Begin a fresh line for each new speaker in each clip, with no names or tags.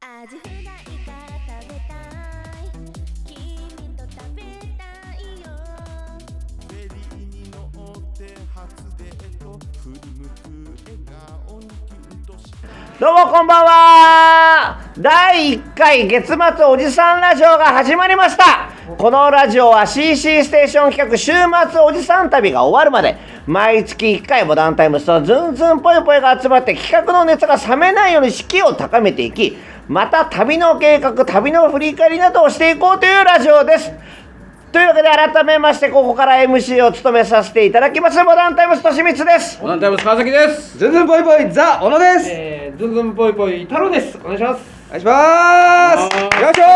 アジフライが食べたい君と食べたいよ
ゼリーに乗って初デート振り向く笑顔にキュンとした
どうもこんばんは第1回月末おじさんラジオが始まりましたこのラジオは CC ステーション企画週末おじさん旅が終わるまで毎月1回モダンタイムスとズンズンぽよぽよが集まって企画の熱が冷めないように士気を高めていきまた旅の計画旅の振り返りなどをしていこうというラジオですというわけで改めましてここから MC を務めさせていただきますモダンタイムスとしみつです
オナタイムス川崎です。
ズンズンぽいぽいザ小野です、
えー、ズンズンぽいぽい太郎です。お願いします。
お願いしますよいしょー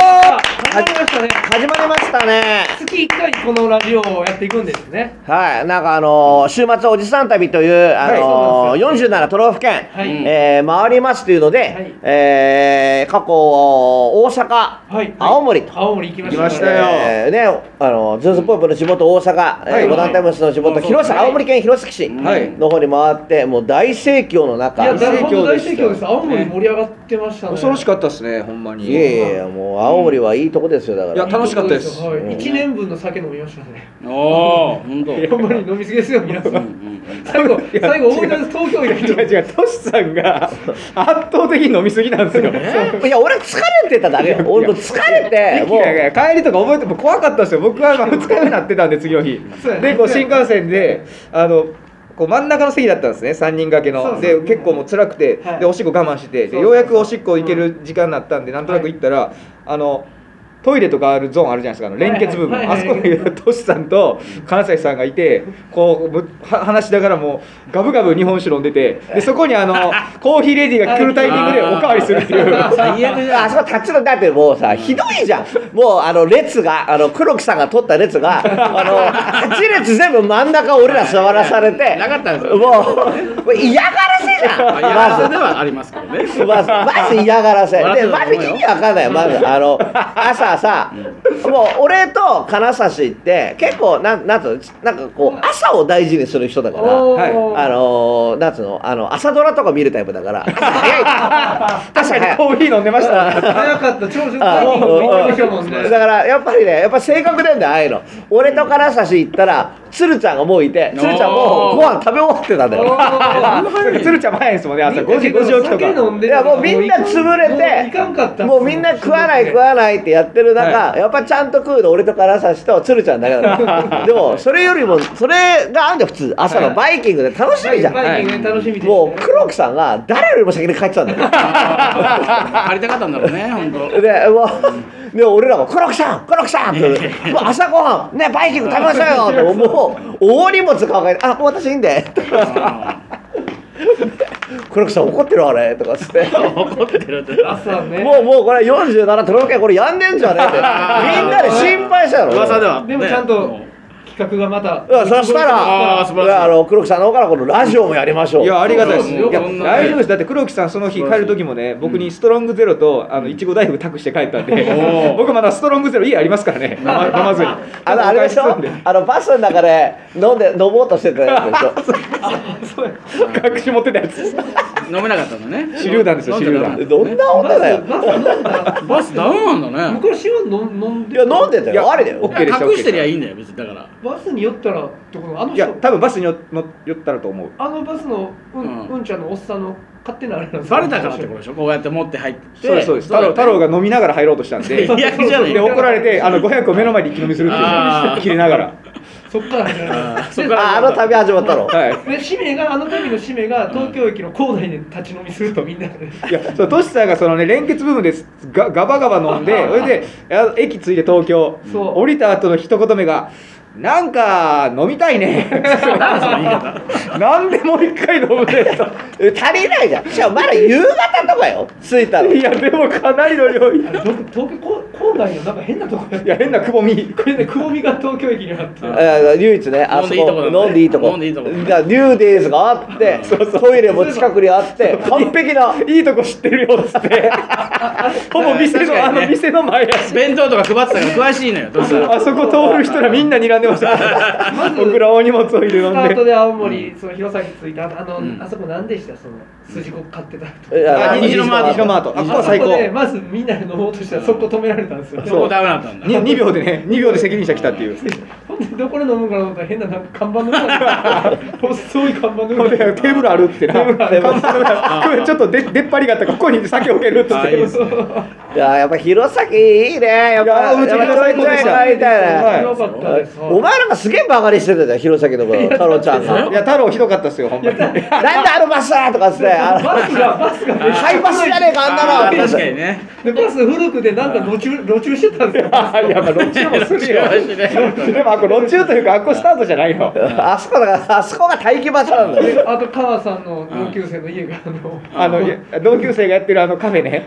始まりましたね。
始まりましたね
月一回このラジオをやっていくんですね。
はい、なんかあのー週末おじさん旅という、あの
はい
ー47都道府県、
はい
えー回りますというので、
はい
えー過去大阪、
はい。
青森と。
青森行きました。
行きましたよ
えーね、あのズーズポイプの地元大阪、
は
えー
い
ボタンタイムスの地元、
はい
広瀬
はい
青森県弘前市
はい
の方に回ってもう大盛況の中
いや、
だ
大
い
盛
ぶ
況
大
大
盛況
盛
で
況
し
です。
た
青森盛り上がってましたね。
恐ろしかったですねほんまに
いやいやいやもう青森はいいとこですよだから
いや楽しかったです
はい。一年分の酒飲みましたね。
おお、本当。
あんまり飲みすぎですよ皆さん。最後最後思い出す東京以
違う
外
違う、トシさんが圧倒的に飲みすぎなんですよ。
いや俺疲れてただけよ俺もう疲れ てもう
もう帰りとか覚えても怖かったんですよ、僕はまあ2日目になってたんで、次の日
そうや。ね
で、こう新幹線で、あのこう真ん中の席だったんですね、3人掛け
そ
の。
うそう
で、結構もう辛くて
はい、
でおしっこ我慢して、
そうそ
で
う
ようやくおしっこ行ける時間になったんで、なんとなく行ったら、あのトイレとかあるゾーンあるじゃないですか、あの連結部分、
はいはい
あ
はい
そ
はい
こにトシさんと関西さんがいて、こうぶは話しながらもうガブガブ日本酒飲んでて、でそこにあのコーヒーレディーが来るタイミングでおかわりするっていう。
最悪だあそこ立ちのだってもうさひどいじゃんもうあの列があの黒木さんが取った列 があの8列全部真ん中俺ら座らされて
なかったんで
も
す
う
よ。
もう嫌がらせじ ゃん
いや、
ま
それで
ず。
はありますけ どね。
まずまず嫌がらせ
笑って
で
た
ま
と思
ず
う
意
よ
味わかんないまずあの朝さもう俺と金指って結構なんなんつうのなんかこう朝を大事にする人だから
おー
あのなんつうのあの朝ドラとか見るタイプだから朝早い朝
確か
早
に
い
コーヒー飲んでましたね。
早かった長寿
あ
最近行ってましたもんね
だ。からやっぱりねやっぱ性格なんだよああいうの俺と金指行ったら鶴ちゃんがもういて鶴ちゃんもうご飯食べ終わってたんだ
お
よ
ー
つるちゃん早いですもんね、朝5時、5時起きと
酒
か。
飲んで
いやもうみんな潰れ
もういかんかった
て
っす
もうみんな食わない食わないってやってる中、やっぱちゃんと食うの俺と金指と鶴ちゃんだけだ からでもそれよりもそれがあんじゃん普通朝のバイキングで楽しみじゃん、
バイキングね楽しみですね
もう黒木さんが誰よりも先に帰ってたんだよ
借りたかったんだろうね、本当。
で、もう、で、俺らが、黒木さん、黒木さんって、もう朝ごはん、ね、バイキング食べましょうよって、もう、大荷物抱えて、あ、もう私いいんで、黒木さん怒ってるあれとかっつって、
怒ってるって。
朝ね
もう、もうこれ47都道府県、これやんでんじゃねえって、みんなで心配したの。
噂では。
でもちゃんと企画がまた
うんそしたら、
あー素晴らしい
あの黒木さんの方からこのラジオもやりましょう。
いや、ありがたいです。い
そう
や、
そう
大丈夫です。だって黒木さん、その日帰る時もね、僕にストロングゼロと、あの、いちご大福託して帰ったんで
おー、
僕まだストロングゼロ家ありますからね、飲ま飲まずに。
あのあれでし
お
ょ
返しするん
あのバスの中で飲んで飲もうとしてたやつでしょ
で隠し持ってたやつ。
飲めなかったんだね。
手榴弾ですよ
飲んじゃダメ
手
どんな女だよ
バス飲んだ
バスダメなんだね
向。こう塩飲ん飲ん
い
で
や飲んでた
いや
よあれだよ
お
いや隠してりゃいいんだよ、別にだから。
バスに酔ったらってことあの
いや
人、
多分バスによ乗寄ったらと思う。
あのバスのうん、
うん
うんちゃんのおっさんの勝手なあれなんです
バレたからってことでしょ。こうやって持って入って。
そうです、そうです。太郎太郎が飲みながら入ろうとしたんで。
いやじゃない
で、怒られて、あの、500を目の前で一気飲みするって
あ
い
ー
う、切れながら。
そっから始まる
あーそっから
ああの旅始まったの
はい。
で使命があの旅の使命が東京駅の構内で立ち飲みするとみんなで
いやそうトシさんがそのね連結部分ですがガバガバ飲んでそれであ駅着いて東京
そう
降りた後の一言目が「なんか飲みたいね」
何その言い方。
なんでもう一回飲むね
え足りないじゃんしかもまだ夕方とかよ着いたの
いやでもかなりの量い
あれど東京こ構郊外のなんか変なとこやっ
いや変なくぼみ
これねくぼみが東京駅にあって
えー唯一ね、あそこ、飲
飲
ん
ん
で
で
い
い
い
い
と
と
こ。だ
こ飲んでいいと
か
こ
らニューデイズがあって、トイレも近くにあって、完璧な。
いいとこ知ってるよっつってほぼ店の、
確か
あ
にね
の店の前やし
弁当とか配ってたから詳しいのよどうせ
あそこ通る人らみんな睨んでました
まず
僕らお荷物置いて飲
スタート
んで
で青森その弘前着いたあの、
ん
あそこ何でしたその筋子買ってたとこ
いや
あ虹のマート
虹のマー
あそこは最高
でまずみんなで飲もうとしたらそこ止められたんですよ
そこダメだったんだ
に 2, 秒でね2秒で責任者来たっていう
ほんでどこで飲むかなと思ったら変ななんか看板の裏 に細い看板の
ほんで
裏に
テーブルあるってな
テーブルある
看板の裏ちょっと出出っ張りがあったからここに酒置けるっつっ
あ
て
いいですね
いや、やっぱ弘前いいね。やっ
い
ぱ、
やうち
やっぱ
弘前で
ちょいち
した
ょい帰りたいね
はい
よかったです
お前らがすげえバカにしてたじゃん、弘前の頃、太郎ちゃんが
い。や太郎ひどかったっすよほんまに
なんであのバスだとかっつって、あの
バスがバスがめっちゃ
ハイパスじゃねえか、あん
あ
な
ー
の。
確かにね
でバス古くてなんか路中路中してたんですよ
あいやまあロッチもするよ でもあこれロッチューというかあっこスタートじゃないの
あそこだから、あそこが待機場所なんだよ。
であと川さんの同級生の家があの
あのいや同級生がやってるあのカフェ ね
野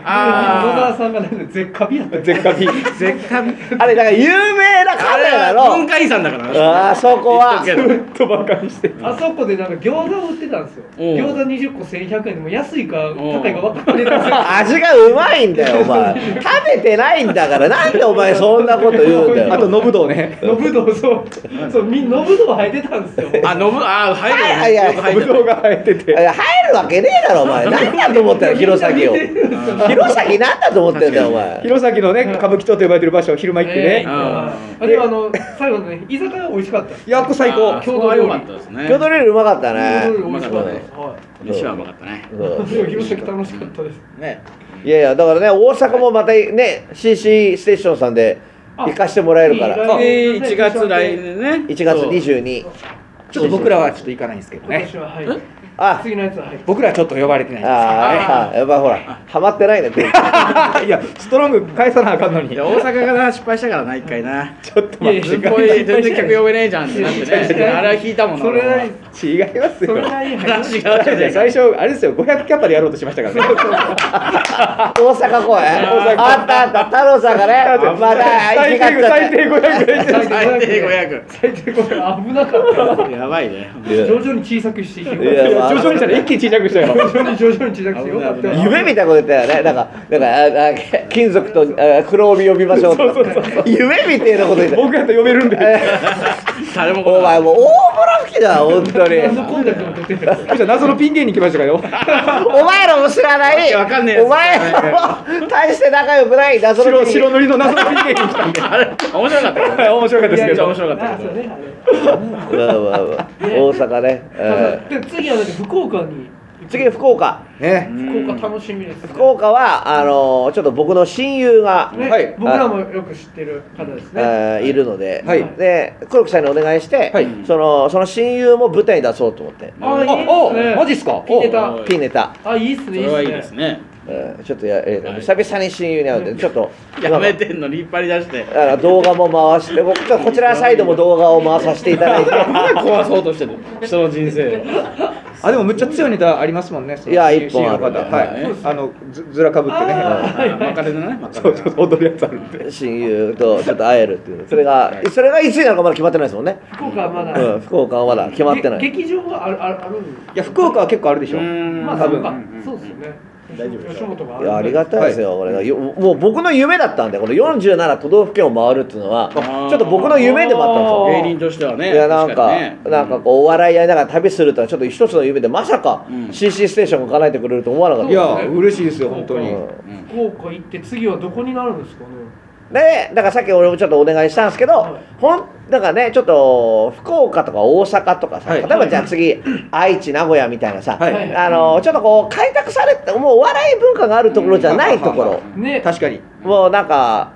沢
あ
さんがなんで絶カビやった
絶カビ
あ絶対
あれ、だから有名なカ
あ
フ
れ
ェだ
は文
ろ。
化遺産だから
あそこは。
言っとくけど
とばかにして
あそこでなんか餃子を売ってたんですよ。
おう
餃子20個1100円でも安いか高いか分かんないですよ。
味がうまいんだよ、お前。食べてないんだから、なんでお前そんなこと言うんだ
あと
よ。
ノブ道ね
のぶどうそう、そうみのぶどう生えてたんですよ。
あ、のぶ、あ、入るよね。
はいはいはい
よ
ノ
く入
ブ
る
道が生えてて
いや入るわけねえだろ、お前。なんだと思ってんの、弘前を。弘前なんだと思ってんだよ、お前。
弘前のね歌舞伎町と呼ばれてる場所を昼間行って
え
ね、
え
あ
あでもあの最後のね居酒屋美味しかった。
いやっこ最
あ
高
ーそこは良かったですね。
郷土料理うまかったね。
美味しかったです。は
飯はうまかったね。
うん
い。でも弘前楽しかったです。
ね。
いやいや、だからね、大阪もまたね、CC ステーションさんで行かしてもらえるから、
あ
で、1月来年ね。
1月22。
ちょっと僕らはちょっと行かないんですけど
今
ね
年ははい。
あ、
次のやつははい。
僕らはちょっと呼ばれてないんです
ああ、やっぱほら、ハマってないね、
いやストロング返さなあかんのに
いや大阪がな失敗したからな一回な。ちょっと
いやいや
すごい全然客呼べねえじゃんってなってね。あれは引いたもんな。
それな
俺
り
は
違います
そ
よ
れなりに入
話があったじゃん。
最初あれですよ500キャパでやろうとしましたからね
大阪公演。あったあった、太郎さんが ね、まだ
最
行き
低
がっちゃっ
最
て。
低500円
最
最低
500最
500。
低500危なかっ
やばいね。
た。徐々に小さくしていきま
いや
す。
徐々にしたら一気に小さくしたよ
徐々に徐々に小さくしてよかったよ。
夢みたいなこと言ったよね、なんか、なんか、ああ金属とあ黒帯呼びましょうとか夢みたいなこと言った。
僕やと呼べるんで
誰も来
お
な
前
い。
もう大ボロ吹きだ、本当に。
何のコンタクトも出てる。
そしたら謎のピン芸人来ましたからよ
お前らも知らない、
わかんねえやつ
お前らも大して仲良くない謎の
白
ピン芸
白塗りの謎のピン芸人来たんで
あれ面白かったけどね。
面白かったです
め
け
っちゃ
ど
面白かった
あ
け
そう
ど。
ねあれ
まあまあまあ大阪ね、え
で次はだって福岡に
ー次福岡
ね
福岡楽しみです、ね、
福岡はあのーちょっと僕の親友が、
ね、
はい
僕らもよく知ってる方です
え
ね、
ーいるので、
はい
で黒木さんにお願いして、
はい
そのその親友も舞台に出そうと思って、
あい い
お
ですね
マジっすか
ピンネ
お
タ
はい
ピンネタ、
あいいっす
そ
ねい
れはいい
い
で
っす
す
ね
ね。
えーちょっとや、えー
はい
久々に親友に会うのでちょっと
やめてんのに引っ張り出して。
あの動画も回して僕ちょっとこちらサイドも動画を回させていただいて
壊そうとしてる人の人生を
あでもむっちゃ強いネタありますもんね
いや
一
一本ある
の方はいあのずずらかぶってね
あ
まかれのねま か
そ
れ
う
の
そう踊るやつあるんで
親友とちょっと会えるっていうそれがそれがいつになるかまだ決まってないですもんね、
ー福岡はまだ、
うん、福岡はまだ決まってない
げ劇場はあるあるある
いや福岡は結構あるでしょ
うーん
まあ
多
そう
分
か、そうですよね
大丈夫でしょう
吉本があ
い
るんで
やありがたいですよ、これがよもう僕の夢だったんでこの47都道府県を回るっていうのはちょっと僕の夢でもあったんですよ
芸人としてはね
いやなん
確
か
にね
なんかこうお笑いやりながら旅するとはちょっと一つの夢でまさか
うん
CC ステーションが叶えてくれると思わなかった
いや嬉しいですよ本当に
うん
福岡行って次はどこになるんですかね
でだからさっき俺もちょっとお願いしたんですけど、
はい
ほんだからねちょっと福岡とか大阪とかさ、
はい
例えばじゃあ次、愛知名古屋みたいなさ、
はい
あのちょっとこう開拓されてもうお笑い文化があるところじゃないところ、
ね
確かに
もうなんか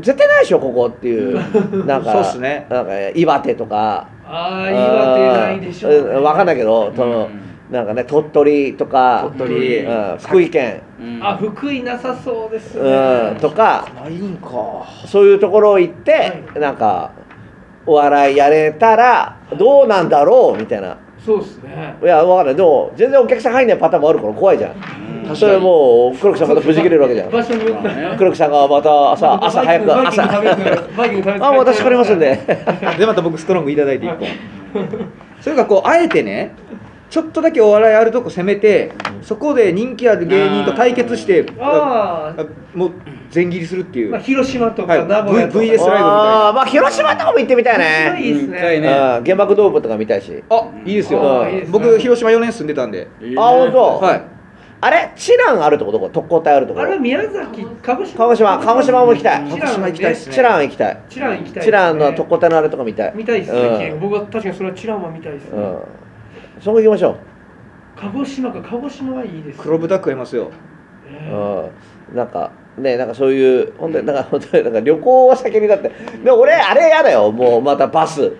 絶対ないでしょここっていうなんか
そうっすね
なんか岩手とか
ああ岩手ないでしょう、
うんわかんないけどその、
う
なんかね鳥取とか
鳥取
うん、福井県、
うん
あ福井なさそうですね、
うん、とか
ないんか
そういうところ行って、なんかお笑いやれたらどうなんだろうみたいな
そうですね
いや分かんないでも全然お客さん入んないパターンもあるから怖いじゃん、
うん確
そ
か
れ
に
もう黒木さんまたぶち切れるわけじゃん
場所によっては
黒木さんがまた朝朝早く
バイキン
朝
グ食べるからバイキング食べるから
あもう私来れますんで
でまた僕ストロングいただいて1本それがこうあえてねちょっとだけお笑いあるとこ攻めてそこで人気ある芸人と対決して
あー
もう全切りするっていう、
まあ、広島と
は
か
い
名古屋とか、
V- VS ライブみたいな
あーまあ広島とかも行ってみたい
面白
ね
いです
うん痛い
ね
う
ね
ん原爆ドームとか見たいし
あいいですよ
あーいいですね
僕広島4年住んでたんで
いいね
あ本当。
はい
あれ知覧あるとこどこ特攻隊あるとこ
あれは宮崎鹿児島
鹿児島鹿児島も行きたい
鹿
知
児
らん
島
ね
行きたいっすね
知覧行きたい
知らん行きたい
知覧の特攻隊のあれとか見たい
見たいですね、
うん
僕は確かにそれは知らんは見たいですね、
うんそこ行きましょ
鹿児島か鹿児島はいいです
黒豚食えますよ
えー
う、うん、なんかねなんかそういう本当になんか本当になんか旅行は先にだってで俺あれやだよもうまたバス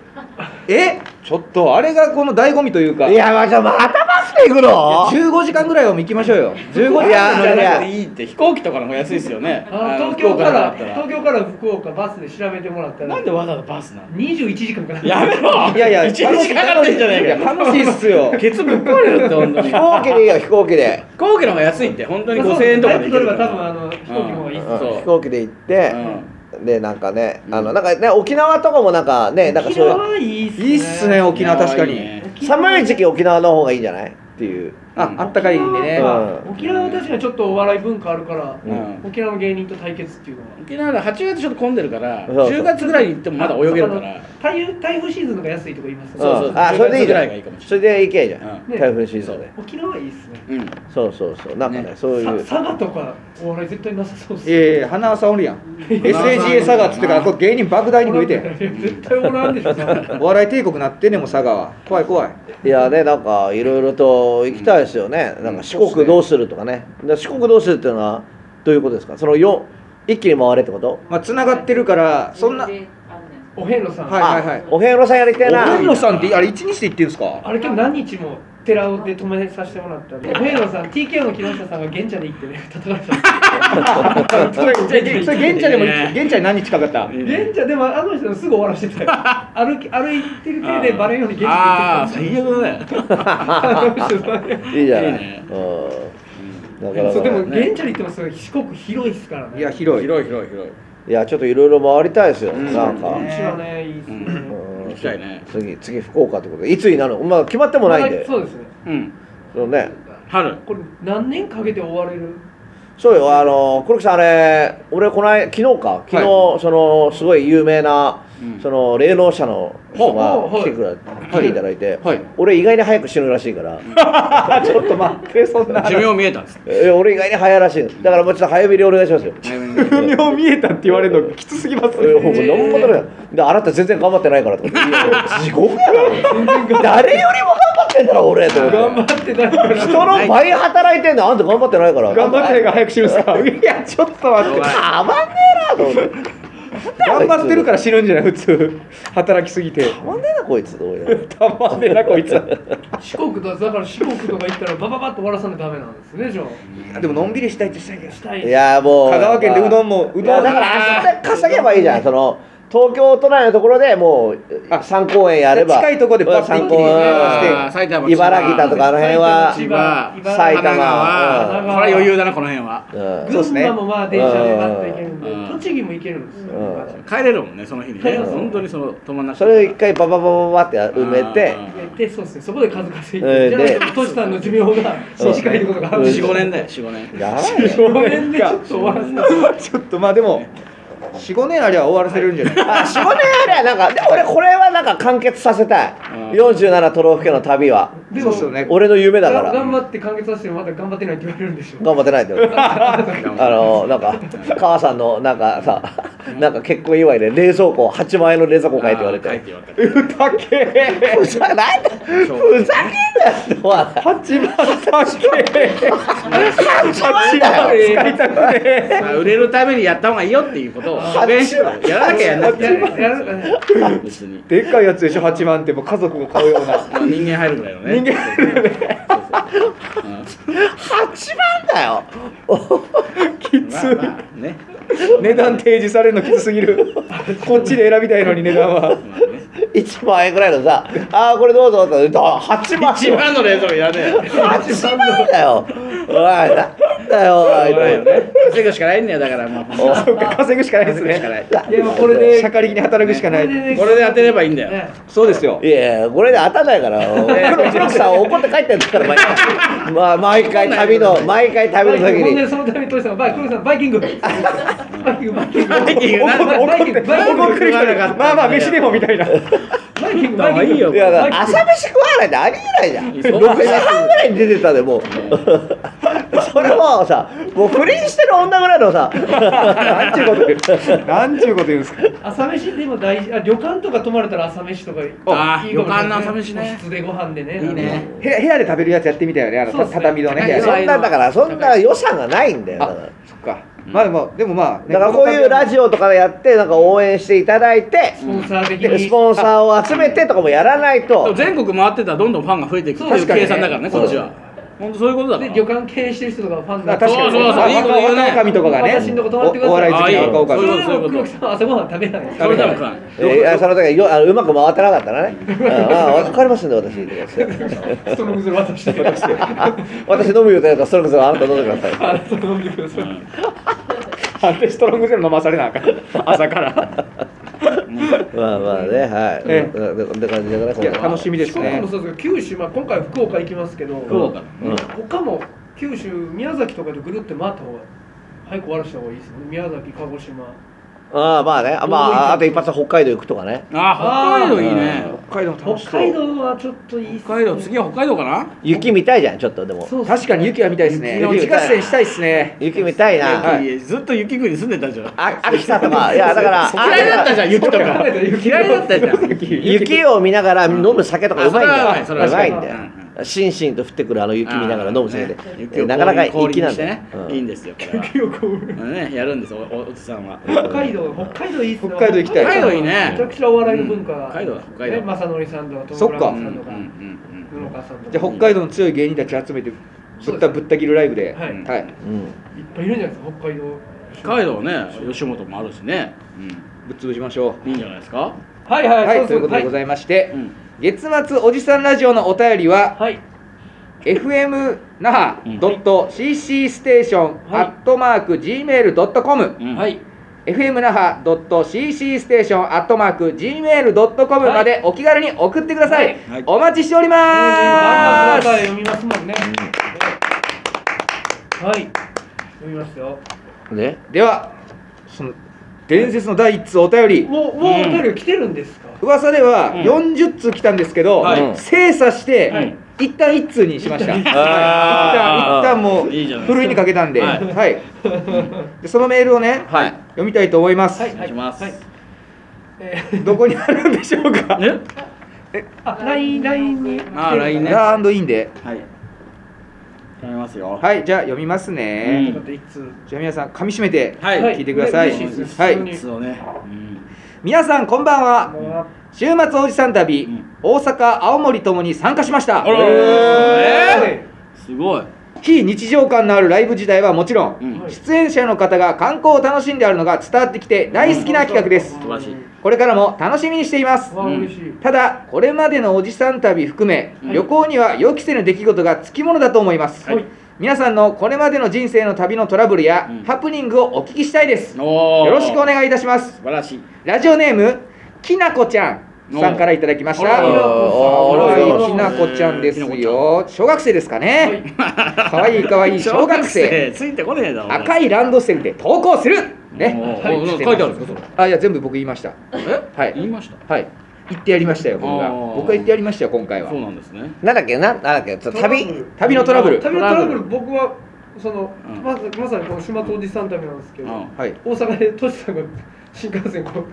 えちょっとあれがこの醍醐味というか
いやまたまたバスで行くの
15時間ぐらいはもう行きましょうよ15時間
いや
乗らなくて
い
いいって飛行機とかの方が安いですよね
あー
あの
東京か
だ
ら
った
東京から福岡バスで調べてもらったら
なんでわざわざバスなの
21時間かな
やめろ
いやいや
一日かかってんじゃないか
や楽しいっすよ
ケツぶっ壊れるって 本当に
飛行機でいいよ飛行機で
飛行機の方が安いって本当に
そう
5000円とかで行ける
バ
か
イク乗れば多分
ら
あの飛行機の方がいいっす
うん
そう
飛行機で行って、でなんかね、あのなんかね沖縄とかもなんかねなんか
沖
そういう
縄いいっす
い
ね
いっすね沖縄確かに
寒い時期沖縄の方がいいんじゃないっていう
ああったかいんでね、
うん
沖縄は確かにちょっとお笑い文化あるから、
うん
沖縄の芸人と対決っていうのは
沖縄だ8月ちょっと混んでるから
そうそう
10月ぐらいに行ってもまだ泳げるから
台風台風シーズンが安いとか言いますね
そうそう
うんあそれでいいじゃ
10月ぐらいがいいか
ん
もし
それで行けばいいじゃん、
うん
台風シーズンで、
沖縄いいっすね
うん
そうそうそうなんかね
ね
そういう
さ佐賀とかお笑い絶対なさそうっすね
ええ花輪さんおるやん SAGA 佐賀っつってからこれ芸人莫大に増えてん
絶対おらんでしょ佐賀
お笑い帝国なってんねんもう佐賀は怖い怖い
いやねなんかいろいろと行きたいですよね、なんか四国どうするとかねで四国どうするっていうのはどういうことですかそのよ一気に回れってこと
まあ繋がってるからそんなはい
お遍路さん、
はいはい
お遍路さんやりたいな
お野さんってあれ1日で行ってんすか
あれ今日何日も寺尾で止めさせてもらったんでお遍路さん TK の木下さんが現茶で行ってね叩かれたんで す
それそれそれ現茶でも現茶に何日かかった
現茶でもあの人すぐ終わらせてたよ歩き歩いてる手でバレんように現
あ
茶
あ最悪だね
で行ってたんです よ
いいじゃない
いいね
うんだか
そうでも
ら
ね
現茶に行ってもすごい四国広いっすからね
いや広い
広い広い広い
いやちょっといろいろ回りたいですよ、なんか、
現地はねいいっすね、
うん
行きたいね
次次福岡ってことでいつになるのまだ決まってもないんで
そうですね
うん
そのね
春
これ何年かけて終われる
そうよあの黒木さんあれ俺この間昨日か昨日、そのすごい有名な、
うん
その霊能者の人
ほう
が
ほう
来てくれ、来ていただいて、
はい
俺意外に早く死ぬらしいから、
ちょっと待ってそんな
寿命見えたんです
え俺意外に早いらしいだからもうちょっと早めにお願いしますよ
寿命見えたって言われるのきつすぎます
えほんと何もだめであなた全然頑張ってないからとか言っていや地獄やな誰よりも頑張ってんだろ俺と思って
頑張ってないから
人の倍働いてんだあんた頑張ってないから
頑張ってないから早く死ぬんすかいやちょっと待って
たまんねえなと思って
頑張ってるから死ぬんじゃない普通働きすぎて
たまんねえなこいつと思いながら
たまんねえなこいつ
四国とだから四国とか行ったらバババッと終わらさないとダメなんですねじゃあ
でものんびりしたいってしたいけど
した い
いやもう
香川県でうどんもうどん
いやだからあそこで稼げばいいじゃんその東京都内のところでもう
あ
3公演やれば
近いとこでパッと一気
3
に
公演し
あー
て
埼玉
茨城だとかあの辺は
千
葉
茨城
埼
神
玉
奈川
神奈川
これは余裕だなこの辺は
うん
そうっすね
群馬もまあ電車でバッと行けるん
うん
で、栃木も行けるんですよ。
うん
帰れるもんねその日にね
うん
本当にその止まんなくて
それを一回バババババって埋めて
あー
で、そうですね、そこで数稼い
えー
で、じゃない
で
と、トシさんの寿命が短いってことがあ
うん
る
ん
で
45年だよ45年
やばいね
5年でちょっと終わらせない。
ちょっとまあでも45年ありゃ終わらせるんじゃない、
あ45年あれはなんかでも俺これはなんか完結させたい
ん
47都道府県の旅は
で
そうっすよね
俺の夢だから
が頑張って完結させてもまだ頑張ってないって言われるんでしょ。
頑張ってないってことあのなんか母さんのなんかさなんか結婚祝いで冷蔵庫8万円の冷蔵庫買えって言われ
あー帰ってて言われて
ふざけんなふざけんなよお前
8万だ
8万だよ
使いたくね
まあ売れるためにやった方がいいよっていうことを証明してたやらなきゃやんなくて
やるやるね
別に
えでっかいやつでしょ8万ってもう家族が買うような
まあ人間入るぐらいのね
人間
入る
8万だよ
きつい
ね
値段提示されるのきつすぎるこっちで選びたいのに値段は
まあね
1万円ぐらいのさ「ああこれどうぞ」って言ったら8万
一番の冷蔵庫いらねえよ
8万だよおいなだよあいつ
稼ぐしかないんだよだからもう
そうか稼ぐしかないです
稼ぐ
ね
しかない
いやもうこれで社会的に働くしかない、
これで当てればいいんだよ
ね
そうですよ
いやいやこれで当たんないから黒黒木さん怒って帰ってんだから毎回、まあ、毎回旅の毎回旅の時
ほんで
に
そのためにトシさんがバイクロさんバイキングバイキングバイキングバ
バイキングな
イキングバイキング
怒ってる人がまあまあ飯でもみたいな
バイキング
まあいいよ
いやだから朝飯食わないってありえないじゃん6
そう
時半ぐらいに出てたでもう それもさもう不倫してる女ぐらい のさ
なんちゅうこと言うなんちゅうこと言うんですか
朝飯でも大事あ旅館とか泊まれたら朝飯とかいいか
ああ旅
もしれない
館の朝飯ね
個室でご飯でね
いいね
部屋部屋で食べるやつやってみたよねあの
そうっすね
畳のね部屋
い
で
や
そんなだからそんな予算がないんだよだから
あそっかまあでもでもまあね
だからこういうラジオとかでやってなんか応援していただいて
スポンサー的
で
に
スポンサーを集めてとかもやらない
で
と
も全国回ってたらどんどんファンが増えていくってい
確
う
かにね
計算だからねこっちは本当そういうことだか
で
ら
旅館経営してる人とかファン
まあ
が
確かに
そうそうそういいこと言うね
若女将とかがね
私のとこ泊まってください
おお笑い好きの若
あいい
女
よ
将
それでも黒木さんは朝ごはん食べない
それ多分食わない
えーあその時はよあのうまく回ってなかった らね「うん、あ分かりますんで私」とか言って
ストロングゼロ渡して
「私飲むよ」ってやったらそれこそ あなた飲んでください
あそこ飲んでください
なんでストロングゼロ飲まされなあかん朝から
まあまあねはい、
ええ
うんでで感じだから
いや楽しみで
四
す
国
ね
もそうですけど九州、まあ、今回福岡行きますけど
福岡
うん
他も九州宮崎とかでぐるって回った方が早く終わらした方がいいですね宮崎鹿児島
ああまあねあまああと一発北海道行くとかね
あー北海道いいね
北海道も楽し
北
そ
海
う
道はちょっといいっすね
北海道次は北海道かな
雪見たいじゃんちょっとでも
そうっすね
確かに雪は見たいですね
雪
雪合戦したいですね
雪見たいな、
はい
いやずっと雪国に住んでたじゃん
あ秋田と かいやだから
嫌いだったじゃん雪とか
北海道雪
嫌いだったじゃん
雪を見ながら飲む酒とかうまいんだよ。
あそうれはう
ま
ま
い
い
ん
そ
だ
れ
よ
はうまい。
しんしんと降ってくるあの雪見ながら飲む酒で
あーね、雪を
なかなか
氷
粋
に
なん
して
だよ
ね。
うん
いいんですよこれはうんねやるんですおおおじさんは
北海道北海道いいっすね
北海道行きたい
北海道いいね
めちゃくちゃお笑いの文化が、
うん北海道だ北海道
ね正則さんとか
そっか
トムブラウ
う
ン
んう
さ
ん
んと
う
か
ん
布川さんとか
じゃあ北海道の強い芸人たち集めてぶったぶった切るライブで
は
はいい
うん
いっぱいいるんじゃないですか北海道
北海道ね吉本もあるしねうん
ぶっ潰しましょう
いいんじゃないですか
はいはい、
はい、
そ
ということでご
い
ざいまして、
うん
月末おじさんラジオのお便りは、
はい、
FM 那
うん
覇 .cc ステーション
はい
アットマーク gmail.com、
うん
はい
FM 那覇 .cc ステーションアットマーク gmail.com までお気軽に送ってください、
はい
お待ちしておりま
ありがとうございます
す、
読みますもんね。はい。読みますよ。
ね
ではその伝説の第1通お便り
もう、もうお便り来てるんですか。
噂では
うん
40通来たんですけど、
はい
精査して、
はい
一旦1通にしました、一旦
あ
一
ー
旦もう
いいじゃない
ふるいにかけたんで、
は
はい
い
でそのメールをね、
はい
読みたいと思います、
はい、
お
は
願い
い、
します
はい。えー、
どこにあるんでしょうか
ね
あ、ライン、ラインに。
あー LINE ね
ラーンインで
はい頼みますよ
はいじゃあ読みますね、
ちょっと一通。
じゃあ皆さん噛み締めて
はい
聞いてください、
はい嬉しいです
はい
普通に
いつをねうん
皆さんこんばんは週末おじさん旅、
うん
大阪青森ともに参加しました
あらえ
え
ーすごい
非日常感のあるライブ時代はもちろん、
うん
はい
出演者の方が観光を楽しんであるのが伝わってきて大好きな企画です、
素晴らしい
これからも楽しみにしています
ー、わあ、嬉しい。
ただこれまでのおじさん旅含め、
はい
旅行には予期せぬ出来事がつきものだと思います、
はい
皆さんのこれまでの人生の旅のトラブルや、
うん
ハプニングをお聞きしたいですよ
おー
ろしくお願いいたします
素晴らしい
ラジオネームきなこちゃんさんからいただきました
おー
おー
はいき
おー
なこちゃんです
きな
よ小学生ですかねかわいいかわいい 小学生
ついてこねえだろ
赤いランドセルで投稿するね
おーおー書いてあるんですかそれ
あいや全部僕言いました
え
はい
言いました
はい言ってやりましたよ僕が
あー
僕は言ってやりましたよ今回は
そうなんですね
なんだっけななんだっけちょっと旅
旅のトラブル
旅のトラブル、僕は、その
う、ん
まず、まさにこの週末おじさん旅なんですけ
う
ど。
ん
はい
大阪で、としさんが新幹線、こう。
うん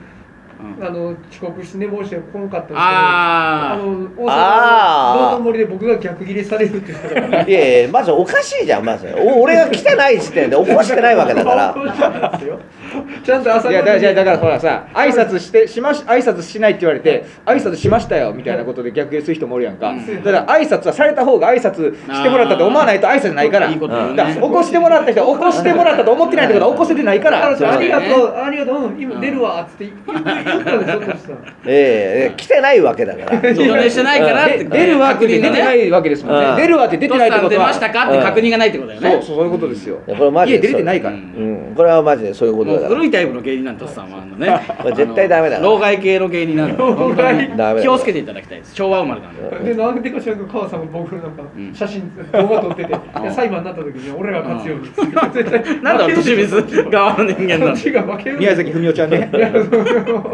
あの遅刻して寝坊してこんかったんですけどあ
あ
の
ー
大阪
あー
の道頓堀で僕が逆ギレされるっていうのが
いやいやまずおかしいじゃんまずお俺が来てない時点で起こしてないわけだから
起こしてないですよちゃんと朝
い
ごは
や
ん
だじゃあだからほらさ挨拶してしまし挨拶しないって言われて挨拶しましたよみたいなことで逆言う人もおるやんか、
うん
だから挨拶はされた方が挨拶してもらったと思わないと挨拶じゃないから
いいこと言うね
だから起こしてもらった人は起こしてもらったと思ってないってことは起こせてないから
彼女ありが
そう
とう、ありがとう、うん今出るわっつって言って言ったんですよ、そしたら
ええ来てないわけだから。
そう除霊してないからって
で出るわって出てないわけですもんね、
うん
出るわって出てないって
さん
こと
出
は
ましたかって確認がないってことだよね
そうそうそういうことですよ
いやこれマジで
家出れてないから、
そう
うん、これはマジでそういうこ
も
と
う
だから
古。いタイプの芸人なんとさんはあのね
これ 絶対ダメだ
あの老害系の芸人なんで本当に
ダメだ
気をつけていただきたいです昭和生まれなんで
で、なんでか知らんけど、川さんが僕のなんか
ん
写真、動画撮ってて、いや裁判になった時に俺らが勝つようにっつって絶対。
なんだ
負ける
年
でしょ
水側の人間
こ
な
っ
ん
ち
で
が負けるでしょ
宮崎文夫ちゃん ね
いやそう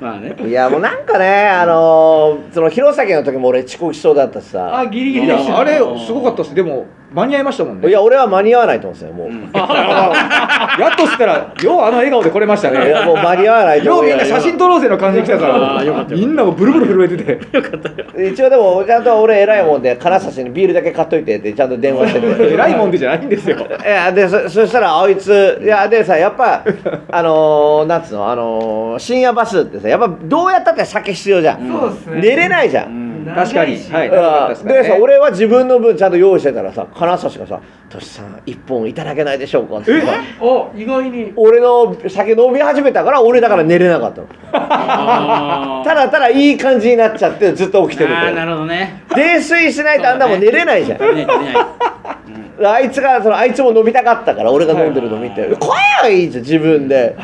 まあね
いやもうなんかね、あのー、その弘前の時も俺遅刻しそうだったしさ
あ、ギリギ
い
リでした。
やあれすごかったしでも間に合いましたもんね
いや俺は間に合わないと思うんですよもう、
やっとしたらようあの笑顔で来れました
いや
ね
もう間に合わないと
よ
思
う
う
みんな写真撮ろうぜの感じで来たか
あーよからったよかった
みんなもブルブル震えてて
一応でもちゃんと俺偉いもんで金指にビールだけ買っといてってちゃんと電話して て
偉いもんでじゃないんですよ
いやでそそしたらあいついやでさやっぱあのー、なんつうのあのー、深夜バスってさやっぱどうやったって酒必要じゃん、
そうですね。
寝れないじゃん、
確かにはい
うん
長かったっすからね
でさ俺は自分の分ちゃんと用意してたらさ金指がさ「としさん一本いただけないでしょうか」って
お、意外に。
俺の酒飲み始めたから俺だから寝れなかったの
あ
ただただいい感じになっちゃってずっと起きてる
ーな
と
るほどね
泥酔しないとあんなもん寝れないじゃん、
寝ない寝ない
あいつがそのあいつも飲みたかったから俺が飲んでるの見て「声はいいじゃん自分で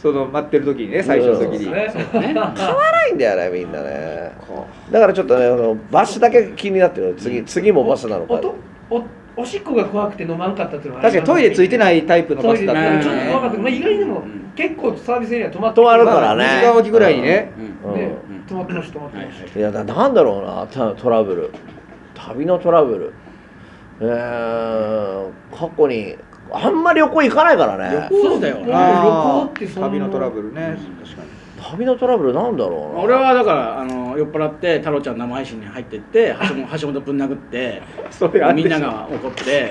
その待ってる時にね最初の時に
ね
買わないんだよねみんなねだからちょっとねあのバスだけ気になってる次次もバスなの
お
か
とおおしっこが怖くて飲まんかったっていうのはあ
確
り
か
ま
にトイレ
すね
ついてないタイプのバスだった
トイレ
ん
ち
で
ょっと怖かったけどまあ意外にでも結構サービスエリア止まって
止まる
ね
からね
右側きぐらいにね
うん
止まってました止まってました
いやだなんだろうなたトラブル旅のトラブルえー、過去にあんまり旅行行かないからね
そうだよ
うん
あー
旅行ってそんな
旅のトラブルね確かに
旅のトラブルなんだろうな
俺はだからあの酔っ払って太郎ちゃんの生配信に入ってって橋 本橋本ぶん殴って
それあれ
みんなが 怒って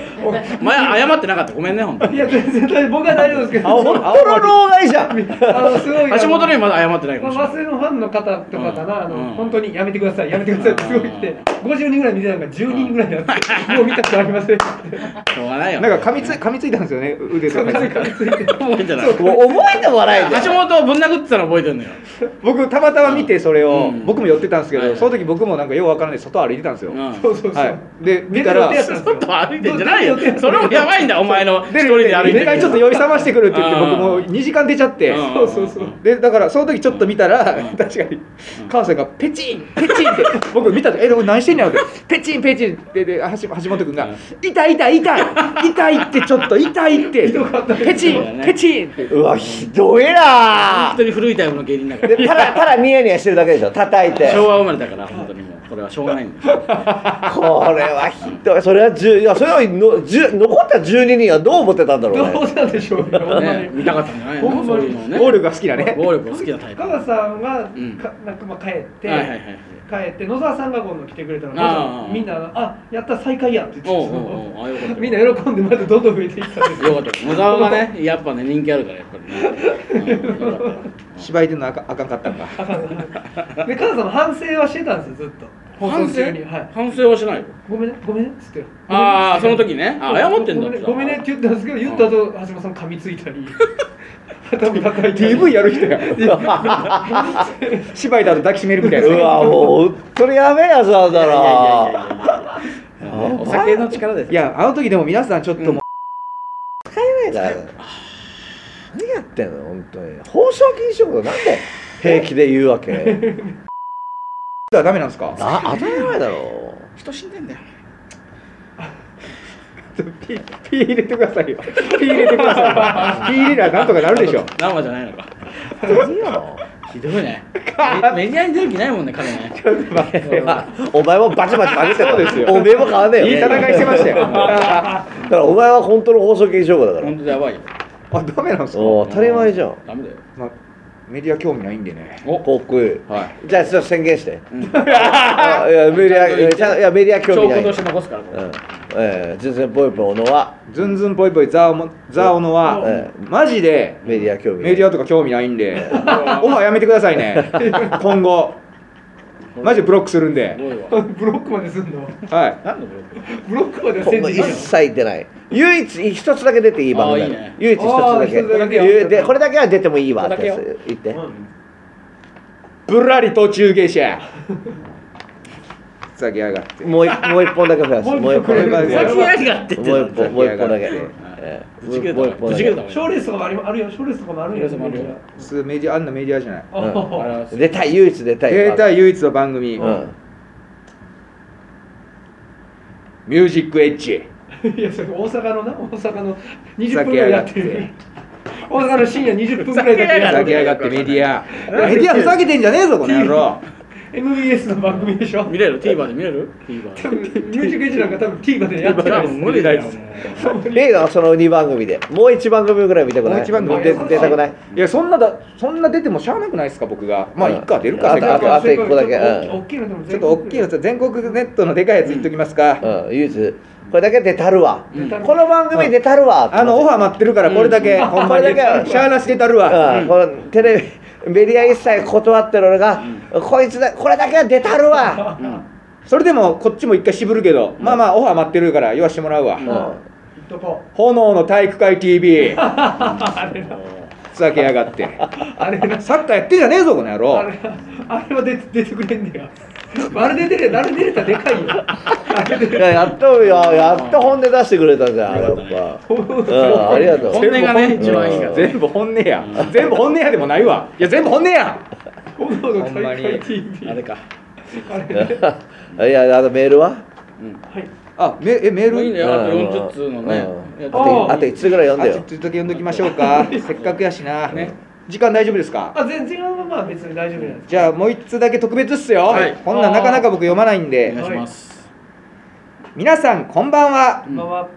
前謝ってなかったごめんね本当
い
に
や全然大丈夫僕は大丈夫ですけど
青森青
この
森
老害じゃん
あのすごい
橋本に
ま
まだ謝ってないかも
あ
しれ
バ
な
ス
い
のファンの方とかかな、あ
うん
の
うん
本当にやめてください、やめてくださいってすごい来て、50人ぐらい見てたのが10人ぐらいやって、もう見たことありませんって、
しょうがないよ
なんか噛みつ噛みついたんですよね腕とかに
覚えてない
もう覚えてもらえんだ
橋
よ
本をぶん殴ってたの覚えてんのよ
僕たまたま見てそれを、
うん
僕も寄ってたんですけど、
はいはい
その時僕もなんかようわからないで外歩いてたんですよ、
うん
そうそうそう、
はい、で見た
出てる手や
ら
ったんです
ちょっと歩いてんじゃないよそれもやばいんだお前の一
出
人で歩いて
一回ちょっと酔い覚ましてくるって言って
うん
僕も2時間出ちゃって、
うん
そうそうそう、
でだからその時ちょっと見たら、
うん
確かに母さんがペチンペチンって僕見た時「えこれ何してんねや」ってペチンペチンってで橋橋本君が
うん
「痛い痛い痛い痛いってちょっと痛いって」ペチ
そうだ
ン
ね
ペチンって
うわひどいな
本当に古いタイプの芸人だから
でただただニヤニヤしてるだけでしょ叩いて
昭和生まれだから本当にもうこれはしょうがないんだよ
これはひどいそれは10いやそれはの10残った12人はどう思ってたんだろう
ど
ね
うなんでしょうよ、ほんまに
ね見たかったんじゃないのそういうのをね
暴力が好きだね
暴力を好きなタイプは
川さんが、
うん
かなんかまあ帰って、
いはいはい
帰って野沢さんが今度来てくれたの
ああ
みんな「あやった再会や」って言って
おうおうおうあよかった
みんな喜んでまたどんどん増えていったんです
よかった野沢がねやっぱね人気あるからやっぱりねうんよかった
芝居でのあかあかんかったんか
で母さんも反省はしてたんですよずっと放
反
送
省
中に、はい
反省はしないよ
「ごめんねごめんね」っつって「
ああその時ねあ謝ってん
ごめ
だ
んねごめんね」って言ったんですけど言った後橋本さん噛みついたり 頭叩いたり
DV やる人 や芝居だと抱きしめるみたいな
うわもうそれやべえやつなんだ
いやいやいや
ない
やお酒の力です
いやあの時でも皆さんちょっともう、
何やってんの本当に放送禁止用語なんで平気で言うわけ
はダメなんですか
な当たり前だ ろ
人死んでんだよ
ピピー入れてくださいよピー入れてくださいよピー入れりゃなんとかなるでしょ
生じゃないのか
何よ
ひどいねメディアに出る気ないもんね彼ね
お前もバチバチ殴ってた
そうですよ
おめえも変わんねえよ
いい戦いしてましたよあ
だからお前は本当の放送禁止用語だから
本当やばいよ
ダメなんですか、
お当たり前じゃん
ダメだよ
まあ、メディア興味ないんでね
お
かっこいい
はい
じゃあち ょっと宣言して、あいやメディアいやちゃんいやメディア興味
証
な
拠
い
として残すからこれ
うえー、全然ぽいぽいのは
ズンズンぽいぽいザオもザオのは、
え
マジで
メディア興味ない
メディアとか興味ないんでオファーやめてくださいね今後マジでブロックするんで
ごいわ。
ブロックまですんの
はい
何のブロック
ブロックまではせ
今後
んでい
一
いやん
切出ない唯一一つだけ出ていい番組
あーいい
だ
ね
唯一一つだけ
あー一つだけ
ゆうでこれだけは出てもいいわってや
これだ
つ言って
ぶらり途中下車ふざけやがって
もういもう一本だけ増やすも
も
う
う
一
一本
本だけ増
くれ
や
る
す
先やりがってって
もう一本もう一本だけ
ぶち切れたわ
えー
ぶち切れた
もう一本
ぶ
だ
ち切
け
れた
賞レースとかもありあるよ賞レースとかもあるよ
賞レースもあるよ
普通メディアあんなメディアじゃない
ああ
あれは
出たい唯一出たい
データ唯一の番組、
うん
ミュージックエッジ
いやそれ大阪のな大阪の20分ぐらいやって
ふざけやが
る大阪の深夜20分ぐらいだけ
ふ
や
ざ
っ
け
て
やがってメディアメディアふざけてんじゃねえぞこの野郎
MBS の番組でしょ
見れる ?TVer で見れる ?TVer。
多分ミュージックエッジなんか多分 TVer でやってない
多
です
分無理だよ。もう
映画はその2番組でもう1番組ぐらい見たくない
もう一番組
で出たくない
いやそんなだそんな出てもしゃあなくないですか僕がまあ
うん
いっか出る
あ
かせっかく
とあと一個だけうん
大きいのでも
ちょっと大きいやつ全国ネットのでかいやついっときますか、
うん唯一これだけ出たるわ
出たる
この番組出たるわ
あのオファー待ってるからこれだけ、ほんまに
これだけ
シャーなしでたるわ、
うんこのテレビメディア一切断ってる俺が、こいつだこれだけは出たるわ、
それでもこっちも一回渋るけど、まあまあオファー待ってるから言わしてもらうわ、
うん
言っとこ
炎の体育会 TV ふ
う あれな
ざけやがって
あれな
サッカーやってんじゃねえぞこの野
あ
郎
れあれは出て出てくれんねやあれで出れあれ出れたらでかいよあれ
い
で
ややっとややっと本音出してくれたじゃんやっぱ、うん、ありがとう
本音がね、一番いいから。
全部本音や全部本音やでもないわいや全部本音や
炎の
ほんま
大
に
会 TV
あれか。
あれね
いやあのメールは
はい
あめえメー
もう
ル
いいね。あと40通のね
うん。
やっ
あと
ー
あと1つぐらい読ん
あ
で
ちょっ
よ
とだけ読んどきましょうかせっかくやしな、時間大丈夫ですか
あ全然はまあ別に大丈夫じゃないです
じゃあもう一つだけ特別っすよ、
はい
こんなんなかなか僕読まないん
お願い
で
します。
皆さんこんばんは
かまあまあ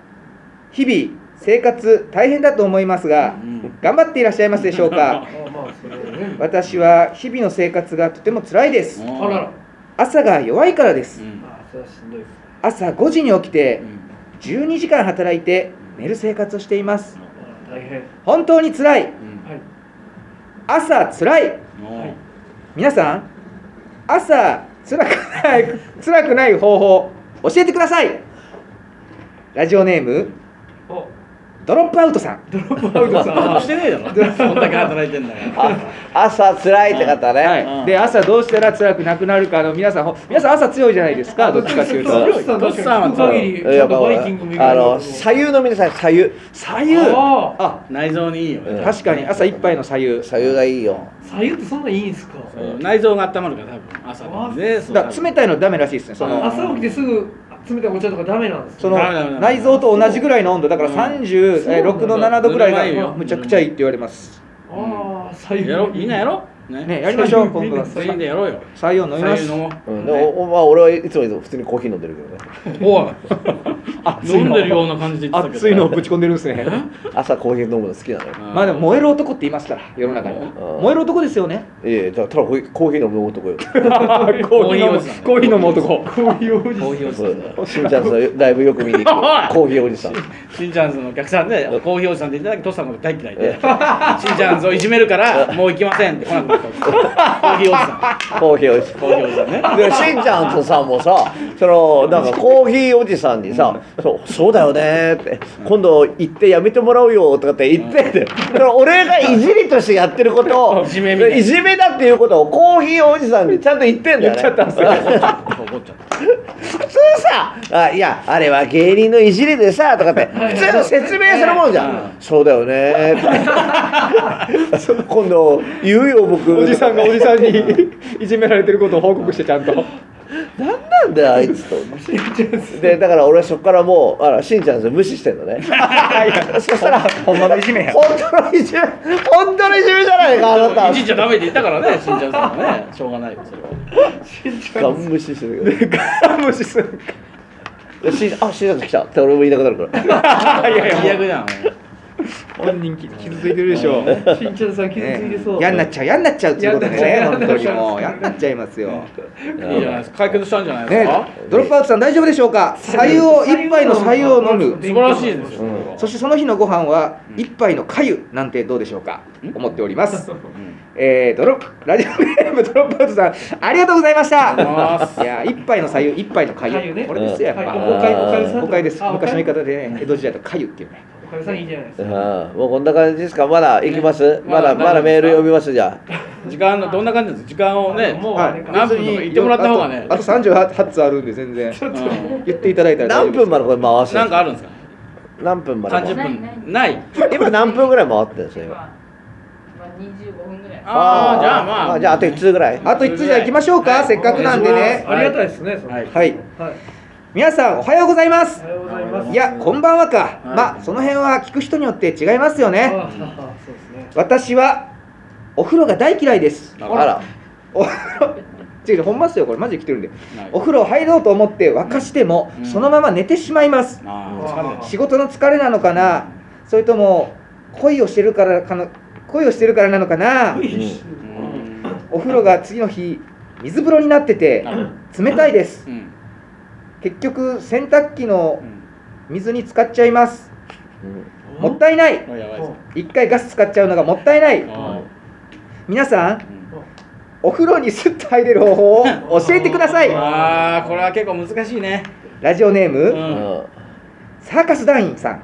日々生活大変だと思いますが、
ん
頑張っていらっしゃいますでしょう か
まあまあそれはね
私は日々の生活がとても辛いです
あらら
朝が弱いからで
う
す
ん。
まあそれはしんどいです
朝5時に起き
う
て
ん
12時間働いて寝る生活をしています
まあ大変
本当に辛い
うん
はい
朝辛い
うん
皆さん朝辛くない 辛くない方法教えてくださいラジオネーム
お
ドロップアウトさん
ドロップアウトさん
あ
は
してねえだろ。そんだけ働いてんだから。
あ朝つらいって方ね、
はい、で朝どうしたら辛くなくなるかあの皆さんほ皆さん朝強いじゃないですかどっちかという
ト
と
シさん確
トシさん
か
は
に聞く限り
うん
ち
や
ゃ
っ
んと
ぱ
バイキングもい
あ
る
の左右の皆さん左右
左右
あー
あ
内臓にいいよ。
うん
確かに朝一杯の左右
左右がいいよ
左右ってそんないいんすか
そう内臓が温まるから多分朝でね。そう
だから冷たいのダメらしいですねその
朝起きてすぐ冷たいお茶とかダメなんです
その
ダメダメダメ
内臓と同じぐらいの温度だから
うん
36の7度ぐらいがむちゃくちゃいいって言われます
ああ左右
やろみんなやろう。ね。
ねやりましょう今
みん
度
な
は
全員でやろうよ。
左右飲みます
左右飲もう
うん、でもおまあ、俺はいつもいつも普通にコーヒー飲んでるけどね
おい
熱い
飲ん
の
でるような感じで言ってたけど
熱いのをぶち込んでるんですね
朝コーヒー飲むの好きなのよ
うん
まあでも燃える男って言いますから世の中に
うん
燃える男ですよね
いやいやただコーヒーコーヒー飲む 男よ
コーヒ
ーヒーおじさん
コーヒー飲む男コーヒー
コーヒーおじさ
そうんしんちゃんさんライブよく見に行くコーヒーおじさん
しんちゃんズのお客さんでコーヒーおじさんって言ってたけどトシさんのこと大嫌いでしんちゃんズをいじめるからもう行きませんって来なくなったんですよコーヒーおじさ
コーヒーおじさん
んコーヒーおじさんね
でしんちゃんとさもさそのなんかコーヒーおじさんにさ「そうそうだよね」って「今度行ってやめてもらおうよ」とかって言ってってその俺がいじりとしてやってることを
いじめみたいない
じめだっていうことをコーヒーおじさんにちゃんと言ってんだよ、ね、
言っちゃったんですよ
怒っちゃっ
普通さあ「いやあれは芸人のいじりでさ」とかって普通の説明するもんじゃん「そうだよね」っ て今度言うよ僕
おじさんがおじさんにいじめられてることを報告してちゃんと
何なんだよあいつと思ってでだから俺はそこからもうあらしんちゃんと無視してんのねそしたら
ほんまのいじめや
本当のいじめ本当のいじめじゃないかあな
た
た
いじっちゃダメって言ったからねしんちゃんズはねしょうがないよそれは
ガン無視してるけ
無視する
どでしんあしんちゃんと来たって俺も言いたくなるから
いやいや最悪じゃん
本人き傷ついてるでしょ。
しんちゃんさん傷ついてそう。
嫌になっちゃう嫌になっちゃうっていうことでね
嫌に
本
なっ
当
ち
に
ゃう
もう嫌になっちゃいますよ
いいじゃないですか解決したんじゃないです
ね
か、
ドロップアウトさん大丈夫でしょうか左右を一杯の左右を飲
素
む
晴らしいですよ、
そしてその日のご飯は一杯の粥なんてどうでしょうか思っておりますえー、ドロップラジオネームドロップアウトさんありがとうございました
りがとうございます
いや一杯の左右一杯の
粥
粥、
ね
これですよやっ
はい
ぱ、
おかゆおかゆさん
誤解です
あ
昔の言い方でね江戸時代と粥っていうね
おかゆさんいいじゃないです
うん
か。
もうこんな感じですかまだ行きます
ね
まだま
まだ
だメール読みますじゃ
時間のどんな感じなんですか時間をね
もう
はい
あれか
何分とか言ってもらった方がね
あとあと38つあるんで全然
うん
言っていただいた
あ
ら大
何
丈夫
分までこれ回す
なんかあるんですか
何分まで
三
回
十
す
分ない
今何分ぐらい回ってるんですよ今
まあ25分ぐらい。
ああじゃあまあ
じゃああと1通ぐらい
あと1つじゃあ行きましょうか、
はい
せっかくなんでね
ありがたいですね。それ
は
はいい。
はい
おはよ
皆さんおはようございます
うございます。
いやこんばんはか、
はい
まあその辺は聞く人によって違いますよ
あ
ね
あそうですね。
私はお風呂が大嫌いです
あら
お風呂違う違うほんますよこれマジで来てるんで
ない
お風呂入ろうと思って沸かしても、
うん
そのまま寝てしまいます
あ
仕事の疲れなのかなそれとも恋をしてるからかの恋をしてるからなのかな
ーうん
お風呂が次の日水風呂になってて
なる
冷たいです
うん
結局洗濯機の
うん
水に使っちゃいます
うん
もったいない
あやばいです
一回ガス使っちゃうのがもったいない
あ
皆さん
ーうん
お風呂にスッと入れる方法を教えてください
あーこれは結構難しいね
ラジオネー
う
ム
ん
サーカス団員さん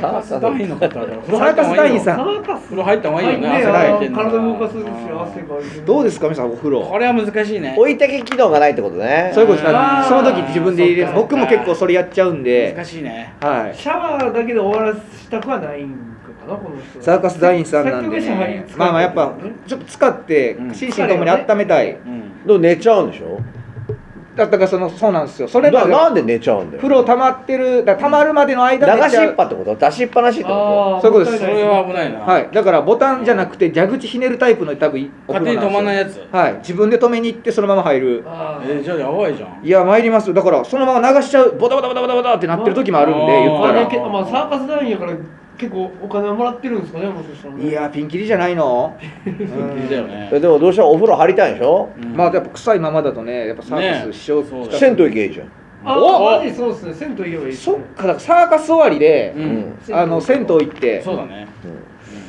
サーカス団員の方だから
サーカス団員さ
サ
ん
ーカス
風呂入った方がいいよね
はいね
汗かいてん
あ
だから
の体動かすんですよ。汗かいてる。
どうですか皆さんお風呂
これは難しいね
置いてけ機能がないってことね
そういうことです
あー
その時自分で入れる
そっか
僕も結構それやっちゃうんで
難しいね
はい
シャワーだけで終わらしたくはないんかなこの人。
サーカス団員さんなんで、
作曲者俳優
ね
使って
ま
るんだよね、
あまあやっぱちょっと使って
うん
心身ともに温めたい、
うん
でも寝ちゃうんでしょ
だったからそのそうなんですよそれ
な
まで
なんで寝ちゃうんだよ
風呂溜まってるだ溜まるまでの
流
間寝ち
し
ゃう
っぱってこと出しっぱなしってこ
あー
そういうことです
それは危ないな
はい、だからボタンじゃなくて蛇口ひねるタイプの多分お
勝
風
手に
呂
止まんない
んですよ
やつ
はい自分で止めに行ってそのまま入る
あ
えーじゃあやばいじゃん
いや参りますだからそのまま流しちゃうボタボタボタボタボタってなってる時もあるんで言
ー
った
あれ
ら
けまあサーカス団員やから結構お金もらってるんですかねもしかしたらね
いやピンキリじゃないの、うん
だよ
とえ
ね
でもどうしてもお風呂入りたいんでしょ
まあやっぱ臭いままだとねやっぱサーカ
ね
ス支障
そうだよ
銭湯行けばいいじゃん
あ
お
ーマジそうですね銭湯言えばいいです
そっ
ね
かだからサーカス終わりで
う、
うんん
あの銭湯行って
そうだね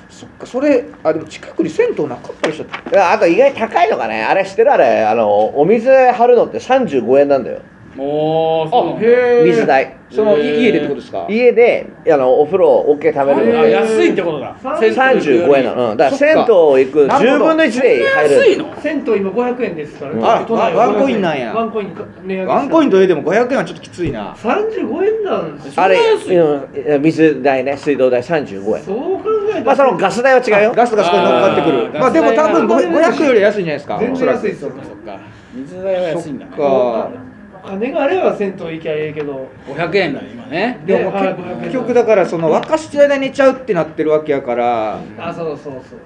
そっかそれあでも近くに銭湯なかったでしょ
いやあと意外に高いのがねあれ知ってるあれあのお水張るのって35円なんだよ
おおそうなんだ
へー
水代
その
へー
い家でってことですか
家であのお風呂 OK 貯めるの
あ
で
安いってことだ
へー
35円なの、うん、だから銭湯
そっか
行く
なるほ
10
ど
分の1で入れる
安いの
銭湯今500円ですからね
あ
都内
ワン
500円
コインなんや
ワンコイン値上げ
ワンコイン
と
と家でも500円はちょっときついな
35円なんですよ
あれ、
そんな安い
うん、水代ね水道代35円
そう考えたら
まあそのガス代は違うよ
ガスがそこに乗っかってく
あ
る
ー
まあでも多分
ガス代が
500より安いんじゃないですか
全
おそ
然
ら
安い
く
ですよ
そっか水代は安いんだね
そっか
金があれば銭湯行きゃええけど
500円だね今ね
でも
ねはい500円
結局だからその沸かしてる間に寝ちゃうってなってるわけやから
あそうそうそう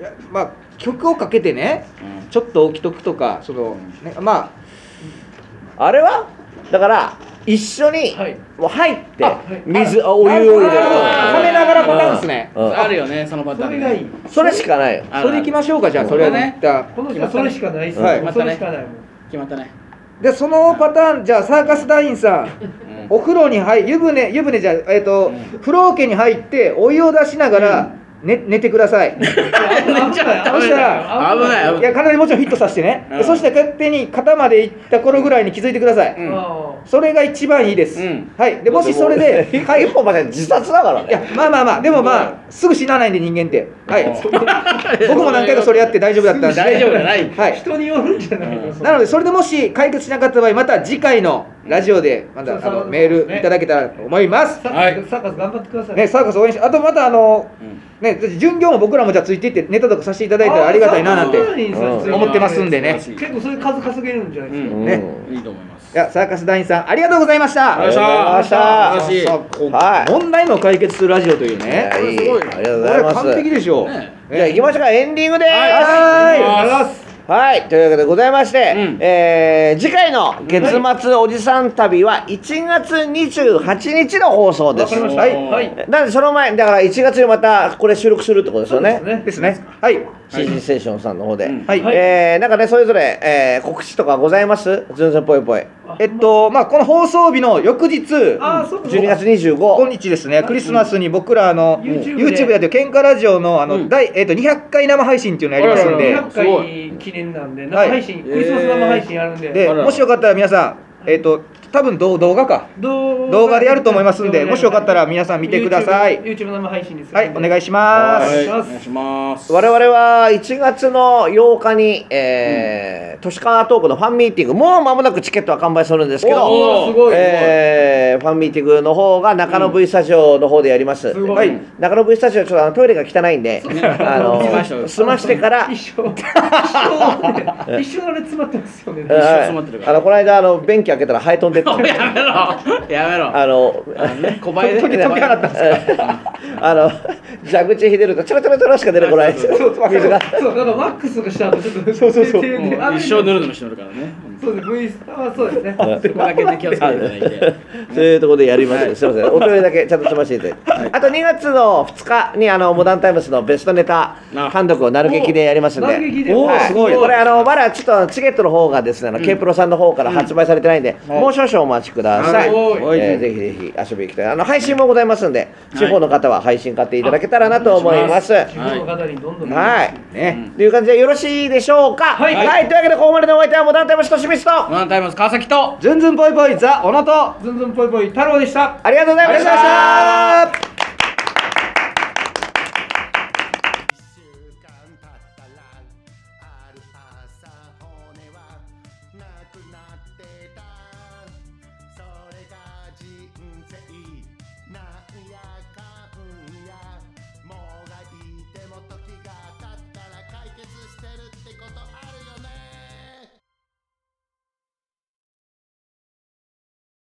いやまあ曲をかけてね
うん
ちょっと置きとくとかその、ね、ま
あれはだから一緒に
はい
もう入って
あ
水、あ
あ
お湯を入れる
あー冷めながらボタンですね
うん
あるよねそのパター
そ
ン
れがいい
それしかないよ
ある
それ行きましょうかじゃあ
うん
それはね
この人はそれしかないっす
はい
もうそれしかないもん
決まったね
でそのパターンじゃあサーカス団員さん
うん
お風呂に入湯船湯船じゃえっ、と、風呂桶に入ってお湯を出しながら、ね寝てください
危ない
そしたら
危ない危
い
ない
や体にもちろんフィットさせてね、
うん
そして勝手に肩まで行った頃ぐらいに気づいてください、
うん
あ
それが一番いいです、
うん
はいでもしそれ で
はい一歩まで自殺だから
いや
ね
まあまあまあでもまあすぐ死なないんで人間ってはい僕も何回かそれやって大丈夫だったんで
大丈夫じゃない
は
ー
い
人によるんじゃないのそれ
なのでそれでもし解決しなかった場合また次回のラジオでまたあのメールいただけたらと思います
サ
は
ーカ
い
スサーカス頑張ってください
ねサーカス応援しあとまたあの
うん
ね巡業も僕らもじゃあついていってネタとかさせていただいたらありがたいななんて
あーサーカス団員さん
うん
思ってますんでね
素晴らしい結構そういう数稼げるんじゃないですか
う
うん
ね
いいと思います
いやサーカス団員さんありがとうございました
ありがとうございました
ありがとうございました
さあこう
はい
問題も解決するラジオという
い
ね
やいい
これすごい
ありがとうございます
これ完璧でしょ
ね
じゃあ行きましょうかエンディングでーす
はーい
ありがとうございます
はい、というわけでございまして、
うん
えー次回の月末おじさん旅は1月28日の放送です。
わかりました
はい。
はい
なのでその前、だから1月にまたこれ収録するってことですよね。
ですね。はい。
CG ステーションさんの方で。
うん
はい。えー、なんかね、それぞれ、えー、告知とかございますずんずんぽいぽい。
えっと、まあ、この放送日の翌日、
ああ、そうか。
12月
今
25。
日ですね、クリスマスに僕らあの、
YouTube で
YouTube やってる喧嘩ラジオのあの、
うん
第えっと200回生配信っていうのやりますん
あらら
で
ら、
200回記念なんで、生配信、
はい
クリスマス生配信やるんで、
で、
あらら
もしよかったら皆さん、えっと、多分動動画か。
動
動画でやると思いますんで、もしよかったら皆さん見てください。
YouTube, YouTube 生配信です
はい、お願い
し
しま
は
す。
お願いします。
我々は1月の8日に、えー、都市川トークのファンミーティング、もう間もなくチケットは完売するんですけど、
おー
すごい。
えーファンミーティングの方が中野 V スタジオの方でやります、
すごい
はい中野 V スタジオちょっとあのトイレが汚いんであ
済ましとい
の
て
済ましてから
一生、一生、一生あれ詰まってますよね。
緒に
はい
済まってるから
あのこの間あの便器開けたらハエ飛んでった
やめろやめろ
あの
あのね小林で
時々
払ったんですか
あの蛇口ひでるとちょろちょろちょろしか出てこないですよ水が
そう、なんかマックスとかした後、ちょっと、そうそうそう。
一生塗るのも一生塗るからね
そうです、V スタ、あそうですね。
そこだけね気をつけていただいて
そういうところでやります。すみません。おトイレだけちゃんと済ませていただいて。あと2月の2日にあのモダンタイムスのベストネタ
な
単独をなる劇でやりますんで。
おなる劇で
は
おーすごい
これあのまだちょっとあのチケットの方がですね、あの K プロさんの方から発売されてないんで、もう少々お待ちください。
はい
えーぜひぜひ遊びに来て、あの配信もございますんで、地方の方は配信買っていただけたらなと思います。
地方の方にどんどん。
はい。
ね、
という感じでよろしいでしょうか。はいというわけでここまでのお相手はモダンタイムスとしみすと。
モダンタイムズ川崎と
ずんずんぽいぽいザ小野と
ずんずんぽいぽい太郎でした。
ありがとうございました。